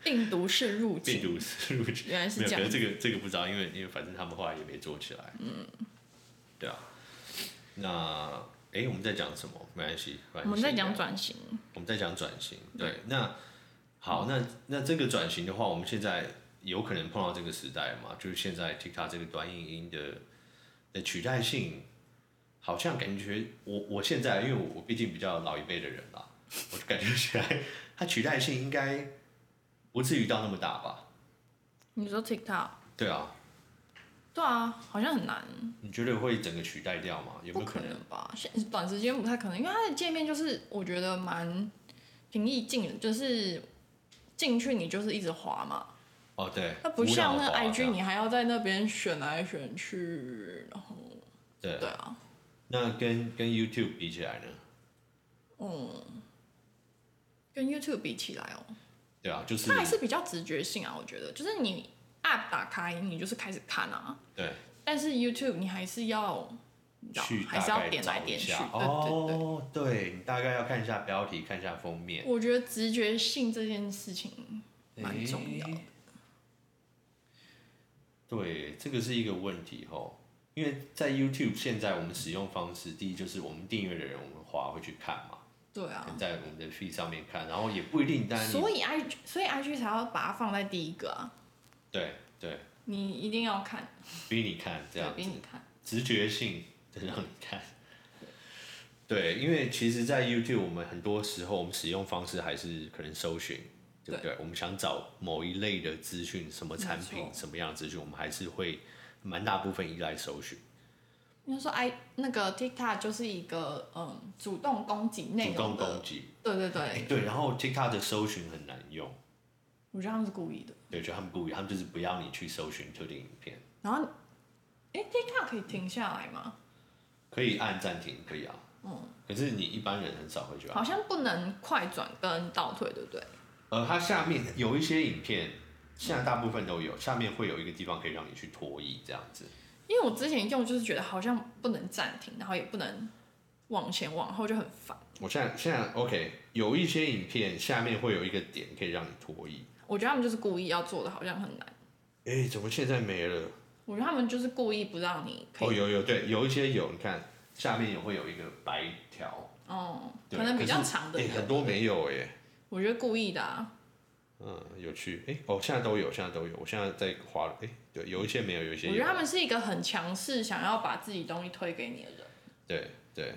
Speaker 2: 病毒式入
Speaker 1: *laughs* 病
Speaker 2: 侵。
Speaker 1: 毒是入侵。
Speaker 2: 原 *laughs* 来是
Speaker 1: 没有，
Speaker 2: 这
Speaker 1: 可
Speaker 2: 样
Speaker 1: 是。这个这个不知道，因为因为反正他们后来也没做起来。嗯，对啊。那哎，我们在讲什么？没关系，反
Speaker 2: 我
Speaker 1: 正
Speaker 2: 们在
Speaker 1: 先
Speaker 2: 讲
Speaker 1: 聊
Speaker 2: 转型，
Speaker 1: 我们在讲转型。对，那好，那那这个转型的话，我们现在有可能碰到这个时代嘛？就是现在 TikTok 这个短影音的的取代性，好像感觉我我现在，因为我我毕竟比较老一辈的人啦， *laughs* 我就感觉起来它取代性应该不至于到那么大吧？
Speaker 2: 你说 TikTok，
Speaker 1: 对啊，
Speaker 2: 对啊，好像很难，
Speaker 1: 你觉得会整个取代掉吗？有没
Speaker 2: 不
Speaker 1: 有
Speaker 2: 可
Speaker 1: 可能？
Speaker 2: 能吧？现短时间不太可能，因为它的界面就是我觉得蛮平易近人，就是进去你就是一直滑嘛，
Speaker 1: 哦，对，
Speaker 2: 它不像
Speaker 1: 无
Speaker 2: 那
Speaker 1: 脑
Speaker 2: 个
Speaker 1: 化
Speaker 2: IG
Speaker 1: 这样
Speaker 2: 你还要在那边选来选去，然后
Speaker 1: 对，
Speaker 2: 对啊，
Speaker 1: 那跟跟 YouTube 比起来呢？
Speaker 2: 嗯，跟 YouTube 比起来哦，
Speaker 1: 对啊，就是
Speaker 2: 它还是比较直觉性啊，我觉得，就是你 App 打开你就是开始看啊，
Speaker 1: 对。
Speaker 2: 但是 YouTube 你还是要。你知道
Speaker 1: 去
Speaker 2: 还
Speaker 1: 大
Speaker 2: 是要
Speaker 1: 概
Speaker 2: 点
Speaker 1: 找
Speaker 2: 来
Speaker 1: 一
Speaker 2: 点去，
Speaker 1: 下
Speaker 2: 对对对。
Speaker 1: 哦，对你大概要看一下标题，看一下封面，
Speaker 2: 我觉得直觉性这件事情蛮重要的
Speaker 1: 诶。对，这个是一个问题吼，因为在 YouTube 现在我们使用方式，第一就是我们订阅的人，我们划会去看嘛，
Speaker 2: 对
Speaker 1: 可能
Speaker 2: 啊，
Speaker 1: 在我们的 feed 上面看，然后也不一定，但是你
Speaker 2: 所以 I 所以 IG 才要把它放在第一个啊，
Speaker 1: 对对，
Speaker 2: 你一定要看，
Speaker 1: 逼你看这
Speaker 2: 对
Speaker 1: 样，
Speaker 2: 给你看。
Speaker 1: 直觉性的让你看。对，因为其实，在 YouTube 我们很多时候我们使用方式还是可能搜寻，对不对？我们想找某一类的资讯，什么产品
Speaker 2: 没、错
Speaker 1: 什么样的资讯，我们还是会蛮大部分依赖搜寻，
Speaker 2: 应该说 I 那个 TikTok 就是一个嗯主动供给内
Speaker 1: 主动
Speaker 2: 容的
Speaker 1: 攻，击。
Speaker 2: 对对
Speaker 1: 哎，
Speaker 2: 对，
Speaker 1: 对，然后 TikTok 的搜寻很难用，
Speaker 2: 我觉得他们是故意的。
Speaker 1: 对，就他们故意，他们就是不要你去搜寻特定影片，
Speaker 2: 然后，哎，TikTok 可以停下来吗？
Speaker 1: 可以按暂停，可以啊。
Speaker 2: 嗯，
Speaker 1: 可是你一般人很少会去按。
Speaker 2: 好像不能快转跟倒退，对不对？
Speaker 1: 呃，它下面有一些影片，现在大部分都有，下面会有一个地方可以让你去脱衣这样子。
Speaker 2: 因为我之前用就是觉得好像不能暂停，然后也不能往前往后，就很烦。
Speaker 1: 我现在现在 OK，有一些影片下面会有一个点可以让你脱衣。
Speaker 2: 我觉得他们就是故意要做的，好像很难。
Speaker 1: 哎、怎么现在没了？
Speaker 2: 我觉得他们就是故意不让你可
Speaker 1: 哦，
Speaker 2: 以，
Speaker 1: 有有对，有一些有，你看下面也会有一个白条，
Speaker 2: 哦，
Speaker 1: 对
Speaker 2: 可能比较
Speaker 1: 可是
Speaker 2: 长的
Speaker 1: 哎、
Speaker 2: 有，
Speaker 1: 很多没有哎、
Speaker 2: 我觉得故意的啊。
Speaker 1: 嗯，有趣，哎、哦，现在都有，现在都有，我现在在滑，哎、对，有一些没有，有一些
Speaker 2: 我觉得
Speaker 1: 有，啊
Speaker 2: 他们是一个很强势，想要把自己东西推给你的人。
Speaker 1: 对对。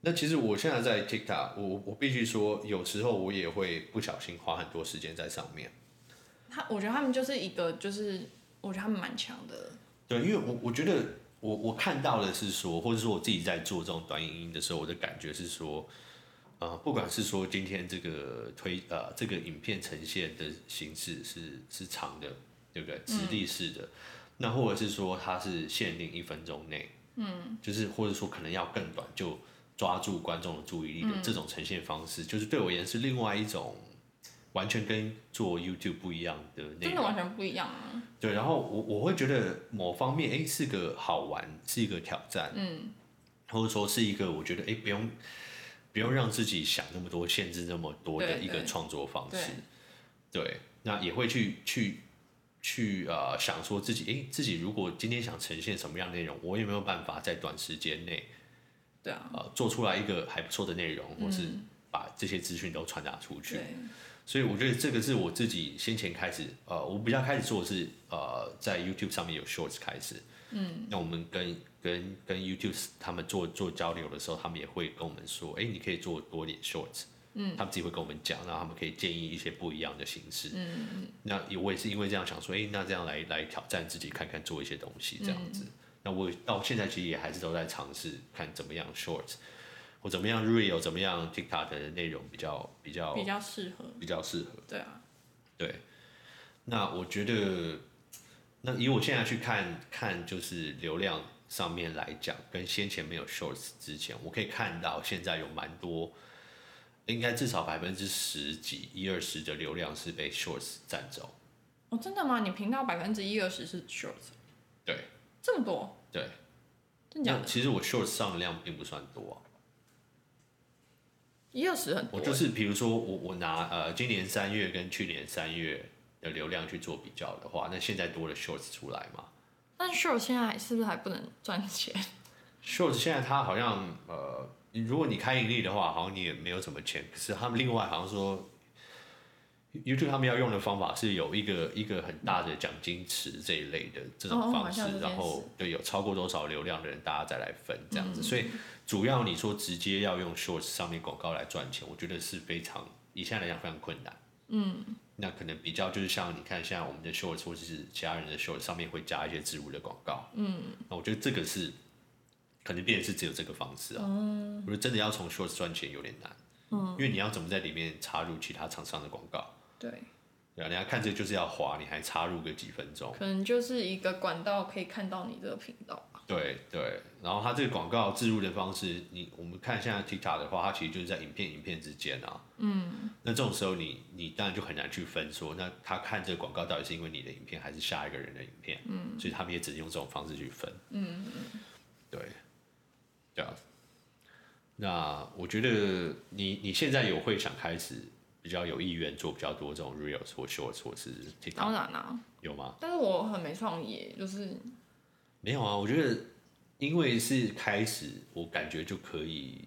Speaker 1: 那其实我现在在 TikTok，我我我必须说，有时候我也会不小心花很多时间在上面。
Speaker 2: 他，我觉得他们就是一个，就是我觉得他们蛮强的。
Speaker 1: 对，因为我我觉得我我看到的是说，或者说我自己在做这种短影音的时候，我的感觉是说，呃，不管是说今天这个推呃这个影片呈现的形式是是长的，对不对？直立式的，那或者是说它是限定一分钟内，嗯，就是或者说可能要更短，就抓住观众的注意力的这种呈现方式，就是对我而言是另外一种。完全跟做 YouTube 不一样的内容，
Speaker 2: 真的完全不一样啊！
Speaker 1: 对，然后我我会觉得某方面，哎，是个好玩，是一个挑战，嗯，或者说是一个我觉得，哎，不用不用让自己想那么多，限制那么多的
Speaker 2: 对
Speaker 1: 一个
Speaker 2: 对
Speaker 1: 创作方式，对那也会去去去呃想说自己，哎，自己如果今天想呈现什么样的内容，我有没有办法在短时间内，
Speaker 2: 对啊，嗯
Speaker 1: 呃，做出来一个还不错的内容，或是把这些资讯都传达出去。
Speaker 2: 对，
Speaker 1: 所以我觉得这个是我自己先前开始，呃，我比较开始做的是，呃，在 YouTube 上面有 Shorts 开始，嗯，那我们跟跟跟 YouTube 他们做做交流的时候，他们也会跟我们说，哎、你可以做多点 Shorts，嗯，他们自己会跟我们讲，然后他们可以建议一些不一样的形式，嗯那也我也是因为这样想说，哎、那这样来来挑战自己，看看做一些东西这样子。那我到现在其实也还是都在尝试看怎么样 Shorts，或怎么样 Real，怎么样 TikTok 的内容比较比较
Speaker 2: 比较适合。
Speaker 1: 比较适合。
Speaker 2: 对啊，
Speaker 1: 对，那我觉得，那以我现在去看看，就是流量上面来讲，跟先前没有 Shorts 之前，我可以看到现在有蛮多，应该至少百分之十几、一二十的流量是被 Shorts 占走。
Speaker 2: 哦，真的吗？你频道百分之一二十是 shorts，
Speaker 1: 对
Speaker 2: 这么多？
Speaker 1: 对，
Speaker 2: 真假
Speaker 1: 那
Speaker 2: 的？
Speaker 1: 其实我 Shorts 上的量并不算多啊、
Speaker 2: 一二十很多欸
Speaker 1: 我。就是比如说我我拿呃今年三月跟去年三月的流量去做比较的话，那现在多了 Shorts 出来嘛，
Speaker 2: 但 shorts 现在还是不是还不能赚钱？ *laughs*
Speaker 1: Shorts 现在它好像呃，如果你开盈利的话，好像你也没有什么钱。可是他们另外好像说，YouTube 他们要用的方法是有一个一个很大的奖金池这一类的这
Speaker 2: 哦
Speaker 1: 种
Speaker 2: 哦
Speaker 1: 方
Speaker 2: 好
Speaker 1: 式，
Speaker 2: 像是这件
Speaker 1: 然后对有超过多少流量的人，大家再来分这
Speaker 2: 嗯
Speaker 1: 样子。所以主要你说直接要用 Shorts 上面广告来赚钱，我觉得是非常以现在来讲非常困难。嗯，那可能比较就是像你看现在我们的 Shorts 或者是其他人的 Shorts 上面会加一些植入的广告。嗯，那我觉得这个是。可能变成是只有这个方式啊。我觉得真的要从 Shorts 赚钱有点难，因为你要怎么在里面插入其他厂商的广告？
Speaker 2: 对，
Speaker 1: 对啊，人家看这就是要滑，你还插入个几分钟。
Speaker 2: 可能就是一个管道可以看到你这个频道吧。
Speaker 1: 对对，然后它这个广告植入的方式，你我们看现在 TikTok 的话，它其实就是在影片影片之间啊。嗯。那这种时候你，你当然就很难去分说，那他看这个广告到底是因为你的影片，还是下一个人的影片？嗯。所以他们也只能用这种方式去分。嗯。对。对啊。那我觉得你你现在有会想开始比较有意愿做比较多这种 reels 或 shorts 或是 TikTok
Speaker 2: 当然啦、
Speaker 1: 有吗？
Speaker 2: 但是我很没创意，就是
Speaker 1: 没有啊，我觉得因为是开始，我感觉就可以。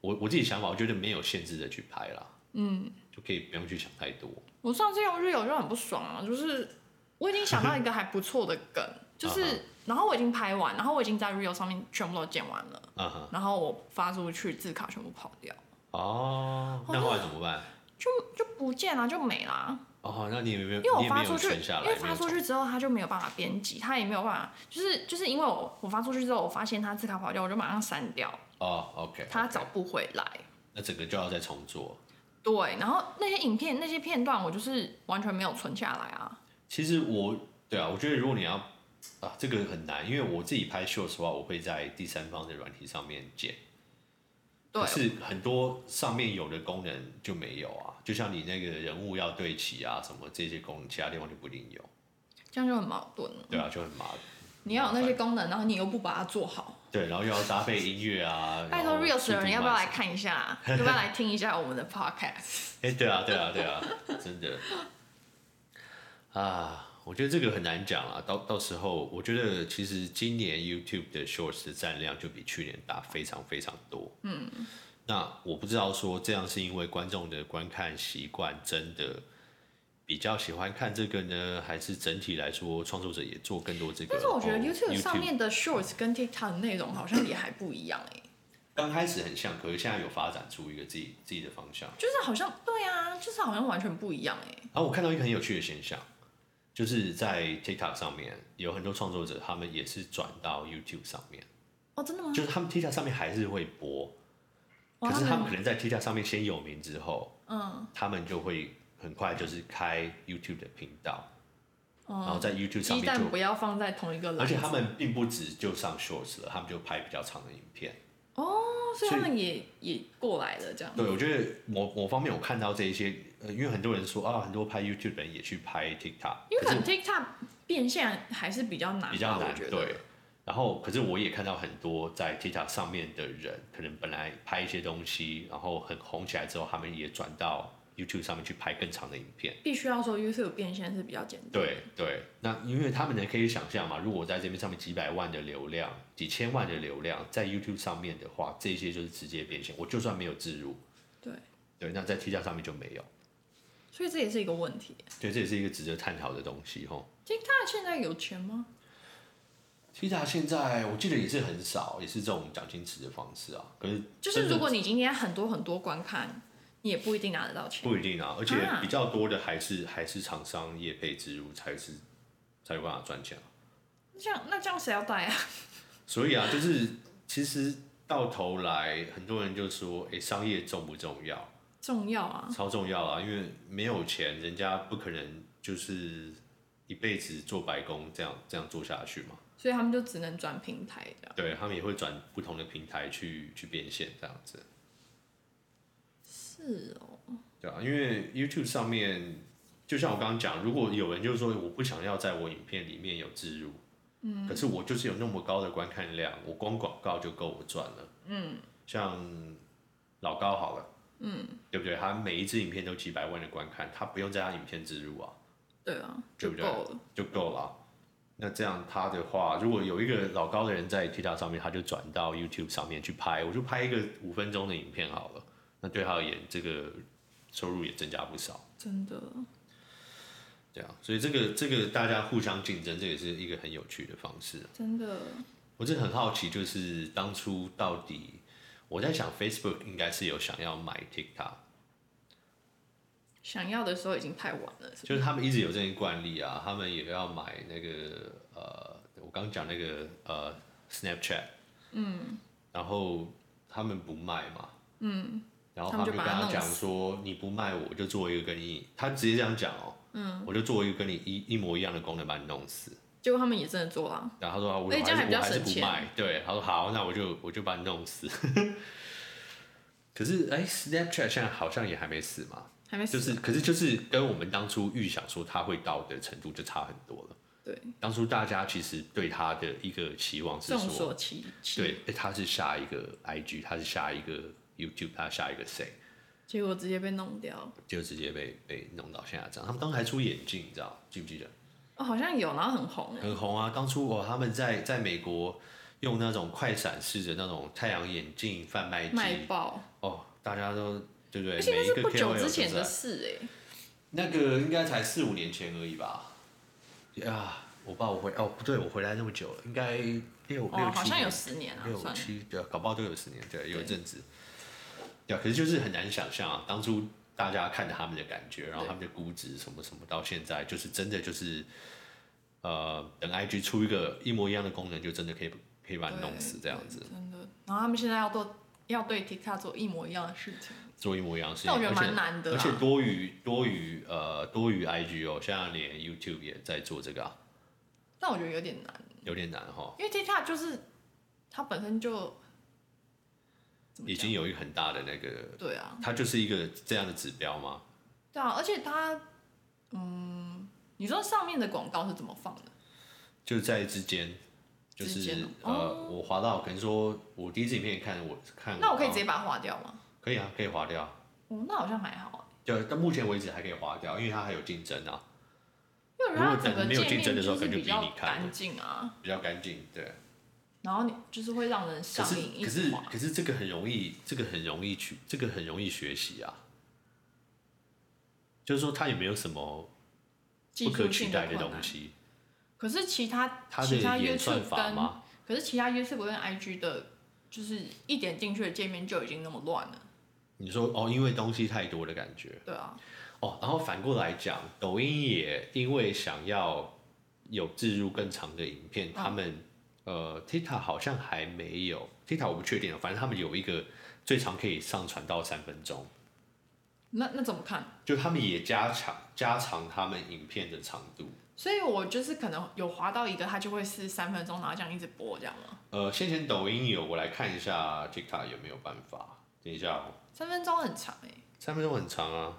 Speaker 1: 我我自己想法，我觉得没有限制的去拍啦，嗯，就可以不用去想太多。
Speaker 2: 我上次用日友就很不爽啊，就是我已经想到一个还不错的梗， *laughs* 就是
Speaker 1: 啊
Speaker 2: 然后我已经拍完，然后我已经在 Real 上面全部都剪完了，
Speaker 1: 啊哈，
Speaker 2: 然后我发出去字卡全部跑掉，
Speaker 1: 哦，那后来怎么办？
Speaker 2: 就就不见了，就没啦。
Speaker 1: 哦，那你有没有？
Speaker 2: 因为我
Speaker 1: 你也
Speaker 2: 发
Speaker 1: 没
Speaker 2: 出
Speaker 1: 有
Speaker 2: 去，
Speaker 1: 存下来，
Speaker 2: 因为发出
Speaker 1: 没有
Speaker 2: 去之后它就没有办法编辑，它也没有办法，就是就是因为我我发出去之后，我发现它字卡跑掉，我就马上删掉，
Speaker 1: 找哦，OK，
Speaker 2: 它找不回来。
Speaker 1: 那整个就要再重做。
Speaker 2: 对，然后那些影片那些片段，我就是完全没有存下来啊。
Speaker 1: 其实我对啊，我觉得如果你要啊，这个很难，因为我自己拍 shorts 的话，我会在第三方的软体上面剪，
Speaker 2: 对
Speaker 1: 可是很多上面有的功能就没有啊，就像你那个人物要对齐啊，什么这些功能，其他地方就不一定有，
Speaker 2: 这样就很矛盾了。
Speaker 1: 对啊，就很麻烦。
Speaker 2: 你要有那些功能，然后你又不把它做好。
Speaker 1: 对，然后又要搭配音乐啊。
Speaker 2: 拜
Speaker 1: 然
Speaker 2: 托
Speaker 1: 后
Speaker 2: ，Reels 的
Speaker 1: 速
Speaker 2: 人
Speaker 1: 度
Speaker 2: 要不要
Speaker 1: 慢
Speaker 2: 来看一下？ *laughs* 要不要来听一下我们的 Podcast？
Speaker 1: 哎、对啊，对啊，对啊，真的。啊，我觉得这个很难讲啊。到到时候，我觉得其实今年 YouTube 的 Shorts 的占量就比去年大非常非常多。嗯。那我不知道说这样是因为观众的观看习惯真的比较喜欢看这个呢，还是整体来说创作者也做更多这个？
Speaker 2: *laughs* 但是我觉得
Speaker 1: 哦
Speaker 2: YouTube 上面的 Shorts 跟 TikTok 的内容好像也还不一样哎、
Speaker 1: 刚开始很像，可是现在有发展出一个自己自己的方向。
Speaker 2: 就是好像对啊，就是好像完全不一样哎、
Speaker 1: 然后我看到一个很有趣的现象，就是在 TikTok 上面有很多创作者，他们也是转到 YouTube 上面，
Speaker 2: 哦，真的吗？
Speaker 1: 就是他们 TikTok 上面还是会播，
Speaker 2: 哇
Speaker 1: 可是他们
Speaker 2: 们
Speaker 1: 可能在 TikTok 上面先有名之后，嗯，他们就会很快就是开 YouTube 的频道，然后在 YouTube 上
Speaker 2: 哦
Speaker 1: 面
Speaker 2: 鸡蛋
Speaker 1: 就，
Speaker 2: 不要放在同一个篮子，
Speaker 1: 而且他们并不止就上 Shorts 了，他们就拍比较长的影片。
Speaker 2: 哦，所以他们也也过来了这样。
Speaker 1: 对，我觉得某某方面我看到这一些，呃，因为很多人说啊，很多拍 YouTube 的人也去拍 TikTok，
Speaker 2: 因为
Speaker 1: 可
Speaker 2: 可
Speaker 1: 是
Speaker 2: 能 TikTok 变现还是比较难吧，
Speaker 1: 比较
Speaker 2: 我
Speaker 1: 难，
Speaker 2: 觉得。
Speaker 1: 对。然后，可是我也看到很多在 TikTok 上面的人，可能本来拍一些东西，然后很红起来之后，他们也转到 YouTube 上面去拍更长的影片。
Speaker 2: 必须要说 YouTube 变现是比较简单。，
Speaker 1: 对对，那因为他们也可以想象嘛，如果在这边上面几百万的流量、几千万的流量在 YouTube 上面的话，这些就是直接变现。我就算没有置入，
Speaker 2: 对
Speaker 1: 对，那在 TikTok 上面就没有。
Speaker 2: 所以这也是一个问题。
Speaker 1: 对，这也是一个值得探讨的东西吼。
Speaker 2: TikTok 现在有钱吗？
Speaker 1: TikTok 现在我记得也是很少，也是这种奖金池的方式啊。可是
Speaker 2: 就是
Speaker 1: 真的
Speaker 2: 如果你今天很多很多观看，你也不一定拿得到钱。
Speaker 1: 不一定啊，而且
Speaker 2: 啊
Speaker 1: 比较多的还是还是厂商业配植入才是才有办法赚钱啊、
Speaker 2: 这样那这样谁要带啊？ *laughs*
Speaker 1: 所以啊，就是其实到头来，很多人就说，哎、商业重不重要？
Speaker 2: 重要啊！
Speaker 1: 超重要啊，因为没有钱，人家不可能就是一辈子做白工这样这样做下去嘛。
Speaker 2: 所以他们就只能转平台这样。
Speaker 1: 对他们也会转不同的平台去去变现这样子。
Speaker 2: 是哦，
Speaker 1: 对啊，因为 YouTube 上面，就像我刚刚讲，如果有人就是说我不想要在我影片里面有植入，嗯，可是我就是有那么高的观看量，我光广告就够我赚了，嗯，像老高好了，嗯，对不对？他每一支影片都几百万的观看，他不用在他影片植入啊，
Speaker 2: 对啊，
Speaker 1: 对
Speaker 2: 就
Speaker 1: 不
Speaker 2: 够
Speaker 1: 对
Speaker 2: 了。
Speaker 1: 就够了啊。那这样他的话，如果有一个老高的人在 TikTok 上面，他就转到 YouTube 上面去拍，我就拍一个五分钟的影片好了，那对他而言，这个收入也增加不少。
Speaker 2: 真的，
Speaker 1: 对啊，所以这个这个大家互相竞争，这也是一个很有趣的方式啊。
Speaker 2: 真的，
Speaker 1: 我真的很好奇，就是当初到底我在想，Facebook 应该是有想要买 TikTok，
Speaker 2: 想要的时候已经太晚了，是不？
Speaker 1: 就是是他们一直有这些惯例啊，他们也要买那个呃，我刚讲那个呃 Snapchat，嗯，然后他们不卖嘛，嗯，然后
Speaker 2: 他
Speaker 1: 他们
Speaker 2: 们就
Speaker 1: 就跟
Speaker 2: 把它
Speaker 1: 他
Speaker 2: 弄
Speaker 1: 讲
Speaker 2: 死
Speaker 1: 说，你不卖我就做一个跟你，他直接这样讲哦，嗯，我就做一个跟你一一模一样的功能把你弄死。
Speaker 2: 结果他们也真的做了啊、
Speaker 1: 然后他说啊我
Speaker 2: 而且这样还比较
Speaker 1: 还是
Speaker 2: 省
Speaker 1: 不
Speaker 2: 钱
Speaker 1: 卖，对，他说好，那我就我就把你弄死。 *laughs* 可是哎，Snapchat 现在好像也还没死嘛，
Speaker 2: 还没死。
Speaker 1: 就是可是就是跟我们当初预想说它会到的程度就差很多了。
Speaker 2: 对，
Speaker 1: 当初大家其实对它的一个期望是
Speaker 2: 众
Speaker 1: 说，
Speaker 2: 所期期。
Speaker 1: 对，哎它是下一个 IG，它是下一个 YouTube，它下一个谁，
Speaker 2: 结果直接被弄掉。
Speaker 1: 就直接被被弄到现在这样。他们当时还出眼镜，你知道记不记得？
Speaker 2: 哦，好像有，然后很红哎。
Speaker 1: 很红啊！当初哦，他们在在美国用那种快闪式的那种太阳眼镜贩卖机，
Speaker 2: 卖爆，
Speaker 1: 哦，大家都对不对？
Speaker 2: 而且那
Speaker 1: 每一
Speaker 2: 是
Speaker 1: 个
Speaker 2: 不久
Speaker 1: KOL
Speaker 2: 之前
Speaker 1: 都
Speaker 2: 的
Speaker 1: 在
Speaker 2: 事哎、
Speaker 1: 那个应该才四五年前而已吧？啊，我爸我回哦不对，我回来那么久了，应该六、六
Speaker 2: 哦，好
Speaker 1: 七
Speaker 2: 像有
Speaker 1: 年
Speaker 2: 十年啊，
Speaker 1: 六
Speaker 2: 算了，
Speaker 1: 七对啊，搞不好都有十年，对，有一
Speaker 2: 对
Speaker 1: 阵子。对啊，可是就是很难想象啊，当初大家看着他们的感觉，然后他们的估值什么什么，到现在就是真的就是，呃，等 IG 出一个一模一样的功能，就真的可以可以把你弄死这样子，
Speaker 2: 真的。然后他们现在要做，要对 TikTok 做一模一样的事情，
Speaker 1: 做一模一样的事情，
Speaker 2: 但我觉得
Speaker 1: 而且
Speaker 2: 蛮难的啊
Speaker 1: 而
Speaker 2: 啦
Speaker 1: 且多于多于呃多于 IG 哦，现在连 YouTube 也在做这个、啊，
Speaker 2: 但我觉得有点难，
Speaker 1: 有点难哈、
Speaker 2: 因为 TikTok 就是它本身就。怎么
Speaker 1: 已
Speaker 2: 讲？
Speaker 1: 经有一个很大的那个，
Speaker 2: 对啊，
Speaker 1: 它就是一个这样的指标吗？
Speaker 2: 对啊，而且它，嗯，你说上面的广告是怎么放的？
Speaker 1: 就在之间，就
Speaker 2: 之
Speaker 1: 是
Speaker 2: 间哦
Speaker 1: 呃，我滑到可能说我第一次影片看我看，
Speaker 2: 那我可以直接把它划掉吗？
Speaker 1: 可以啊，可以划掉。
Speaker 2: 哦，那好像还好，
Speaker 1: 就到目前为止还可以划掉，因为它还有竞争啊，
Speaker 2: 因为它
Speaker 1: 如果
Speaker 2: 整个
Speaker 1: 没有
Speaker 2: 界
Speaker 1: 竞争
Speaker 2: 面
Speaker 1: 的时候
Speaker 2: 就是
Speaker 1: 可能就
Speaker 2: 比
Speaker 1: 比
Speaker 2: 较
Speaker 1: 你看
Speaker 2: 干净啊，
Speaker 1: 比较干净。对，
Speaker 2: 然后你就是会让人
Speaker 1: 可
Speaker 2: 上
Speaker 1: 是
Speaker 2: 瘾一
Speaker 1: 可
Speaker 2: 直
Speaker 1: 是
Speaker 2: 滑。
Speaker 1: 可是这个很容易，这个很容易去，这个很容易学习啊。就是说，它也没有什么
Speaker 2: 技
Speaker 1: 不
Speaker 2: 术
Speaker 1: 可
Speaker 2: 性
Speaker 1: 取代的
Speaker 2: 困
Speaker 1: 东
Speaker 2: 难。
Speaker 1: 西，
Speaker 2: 可是其他
Speaker 1: 它的
Speaker 2: 其他
Speaker 1: 演算
Speaker 2: YouTube
Speaker 1: 法
Speaker 2: 跟
Speaker 1: 吗？
Speaker 2: 可是其他 YouTube 跟 IG 的，就是一点进去的界面就已经那么乱了，
Speaker 1: 你说哦，因为东西太多的感觉。
Speaker 2: 对啊，
Speaker 1: 哦，然后反过来讲，抖音也因为想要有置入更长的影片，
Speaker 2: 嗯
Speaker 1: 他们呃，TikTok 好像还没有，TikTok 我不确定，啊反正他们有一个最长可以上传到三分钟，
Speaker 2: 那那怎么看？
Speaker 1: 就他们也加长加长他们影片的长度。
Speaker 2: 所以我就是可能有滑到一个，它就会是三分钟，然后这样一直播这样吗？
Speaker 1: 呃，先前抖音有，我来看一下 TikTok 有没有办法。等一下、哦，
Speaker 2: 三分钟很长哎、
Speaker 1: 三分钟很长啊，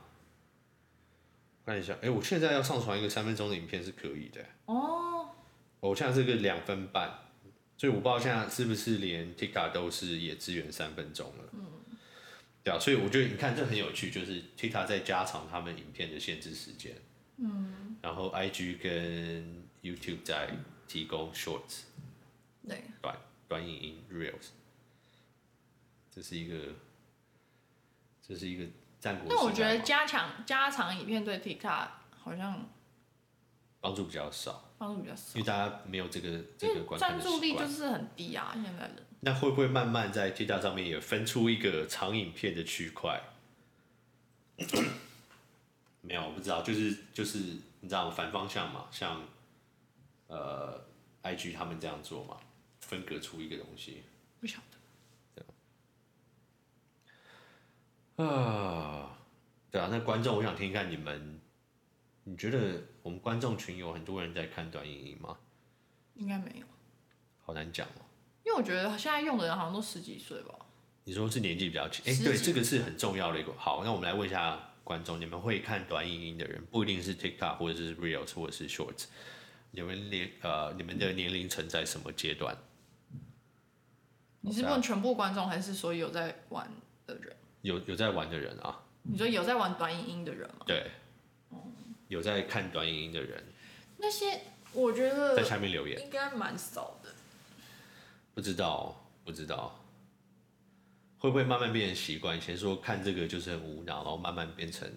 Speaker 1: 看一下，哎，我现在要上传一个三分钟的影片是可以的。
Speaker 2: 哦，
Speaker 1: 我现在这个两分半，所以我不知道现在是不是连 TikTok 都是也支援三分钟了。嗯，对啊，所以我觉得你看这很有趣，就是 TikTok 在加长他们影片的限制时间。嗯，然后 IG 跟 YouTube 在提供 Shorts
Speaker 2: 对，
Speaker 1: 短短影音 Reels，这是一个，这是一个战国时代
Speaker 2: 但
Speaker 1: 嘛。
Speaker 2: 我觉得加强加长影片对 TikTok 好像
Speaker 1: 帮助比较少，
Speaker 2: 帮助比较少
Speaker 1: 因，为大家没有这个这
Speaker 2: 因
Speaker 1: 个
Speaker 2: 为
Speaker 1: 观看
Speaker 2: 专
Speaker 1: 的
Speaker 2: 注
Speaker 1: 习
Speaker 2: 力
Speaker 1: 惯
Speaker 2: 就。是很低啊，现在人。
Speaker 1: 那会不会慢慢在 TikTok 上面也分出一个长影片的区块？ *coughs* 没有，我不知道，就是就是你知道反方向嘛，像呃 IG 他们这样做嘛，分隔出一个东西
Speaker 2: 不晓得，
Speaker 1: 啊。对啊，那观众，我想听听看你们，你觉得我们观众群有很多人在看短影音吗？
Speaker 2: 应该没有，
Speaker 1: 好难讲哦。
Speaker 2: 因为我觉得现在用的人好像都十几岁吧。
Speaker 1: 你说是年纪比较轻，哎、
Speaker 2: 十
Speaker 1: 对，
Speaker 2: 几
Speaker 1: 这个是很重要的一个。好，那我们来问一下观众，你们会看短影音的人，不一定是 TikTok 或者是 Reels 或者是 Shorts，你们年呃你们的年龄层在什么阶段？
Speaker 2: 你是问全部观众，还是所有在玩的人？
Speaker 1: 有有在玩的人啊，
Speaker 2: 你说有在玩短影音的人吗？
Speaker 1: 对，有在看短影音的人，
Speaker 2: 那些我觉
Speaker 1: 在
Speaker 2: 得
Speaker 1: 下面留言，
Speaker 2: 应该蛮少的。
Speaker 1: 不知道不知道。会不会慢慢变成习惯？以前说看这个就是很无脑，然后慢慢变成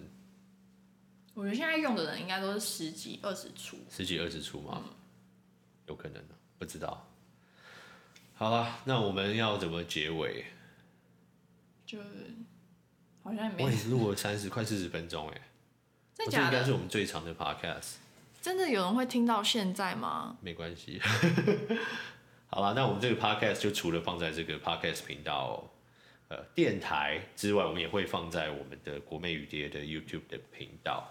Speaker 2: 我觉得现在用的人应该都是十几、二十出。
Speaker 1: 十几二十出吗？有可能的，不知道。好了，那我们要怎么结尾？
Speaker 2: 就好像也
Speaker 1: 我
Speaker 2: 没
Speaker 1: 也录了三十快四十分钟哎，
Speaker 2: *laughs*
Speaker 1: 我这
Speaker 2: 真的
Speaker 1: 应
Speaker 2: 假
Speaker 1: 该
Speaker 2: 的，
Speaker 1: 是我们最长的 podcast，
Speaker 2: 真的有人会听到现在吗？
Speaker 1: 没关系。好了，那我们这个 podcast 就除了放在这个 podcast 频道呃电台之外，我们也会放在我们的国美雨蝶的 YouTube 的频道。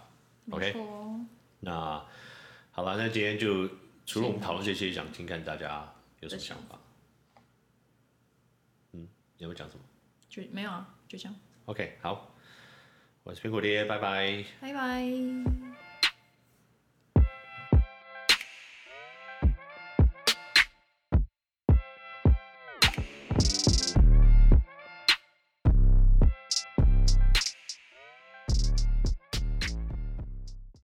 Speaker 1: OK，
Speaker 2: 没错哦
Speaker 1: 那好了，那今天就除了我们讨论这些，想听看大家有什么想法。嗯，你会讲什么
Speaker 2: 就没有啊，就这样，
Speaker 1: ？OK，好，我是苹果爹，拜拜。
Speaker 2: 拜拜。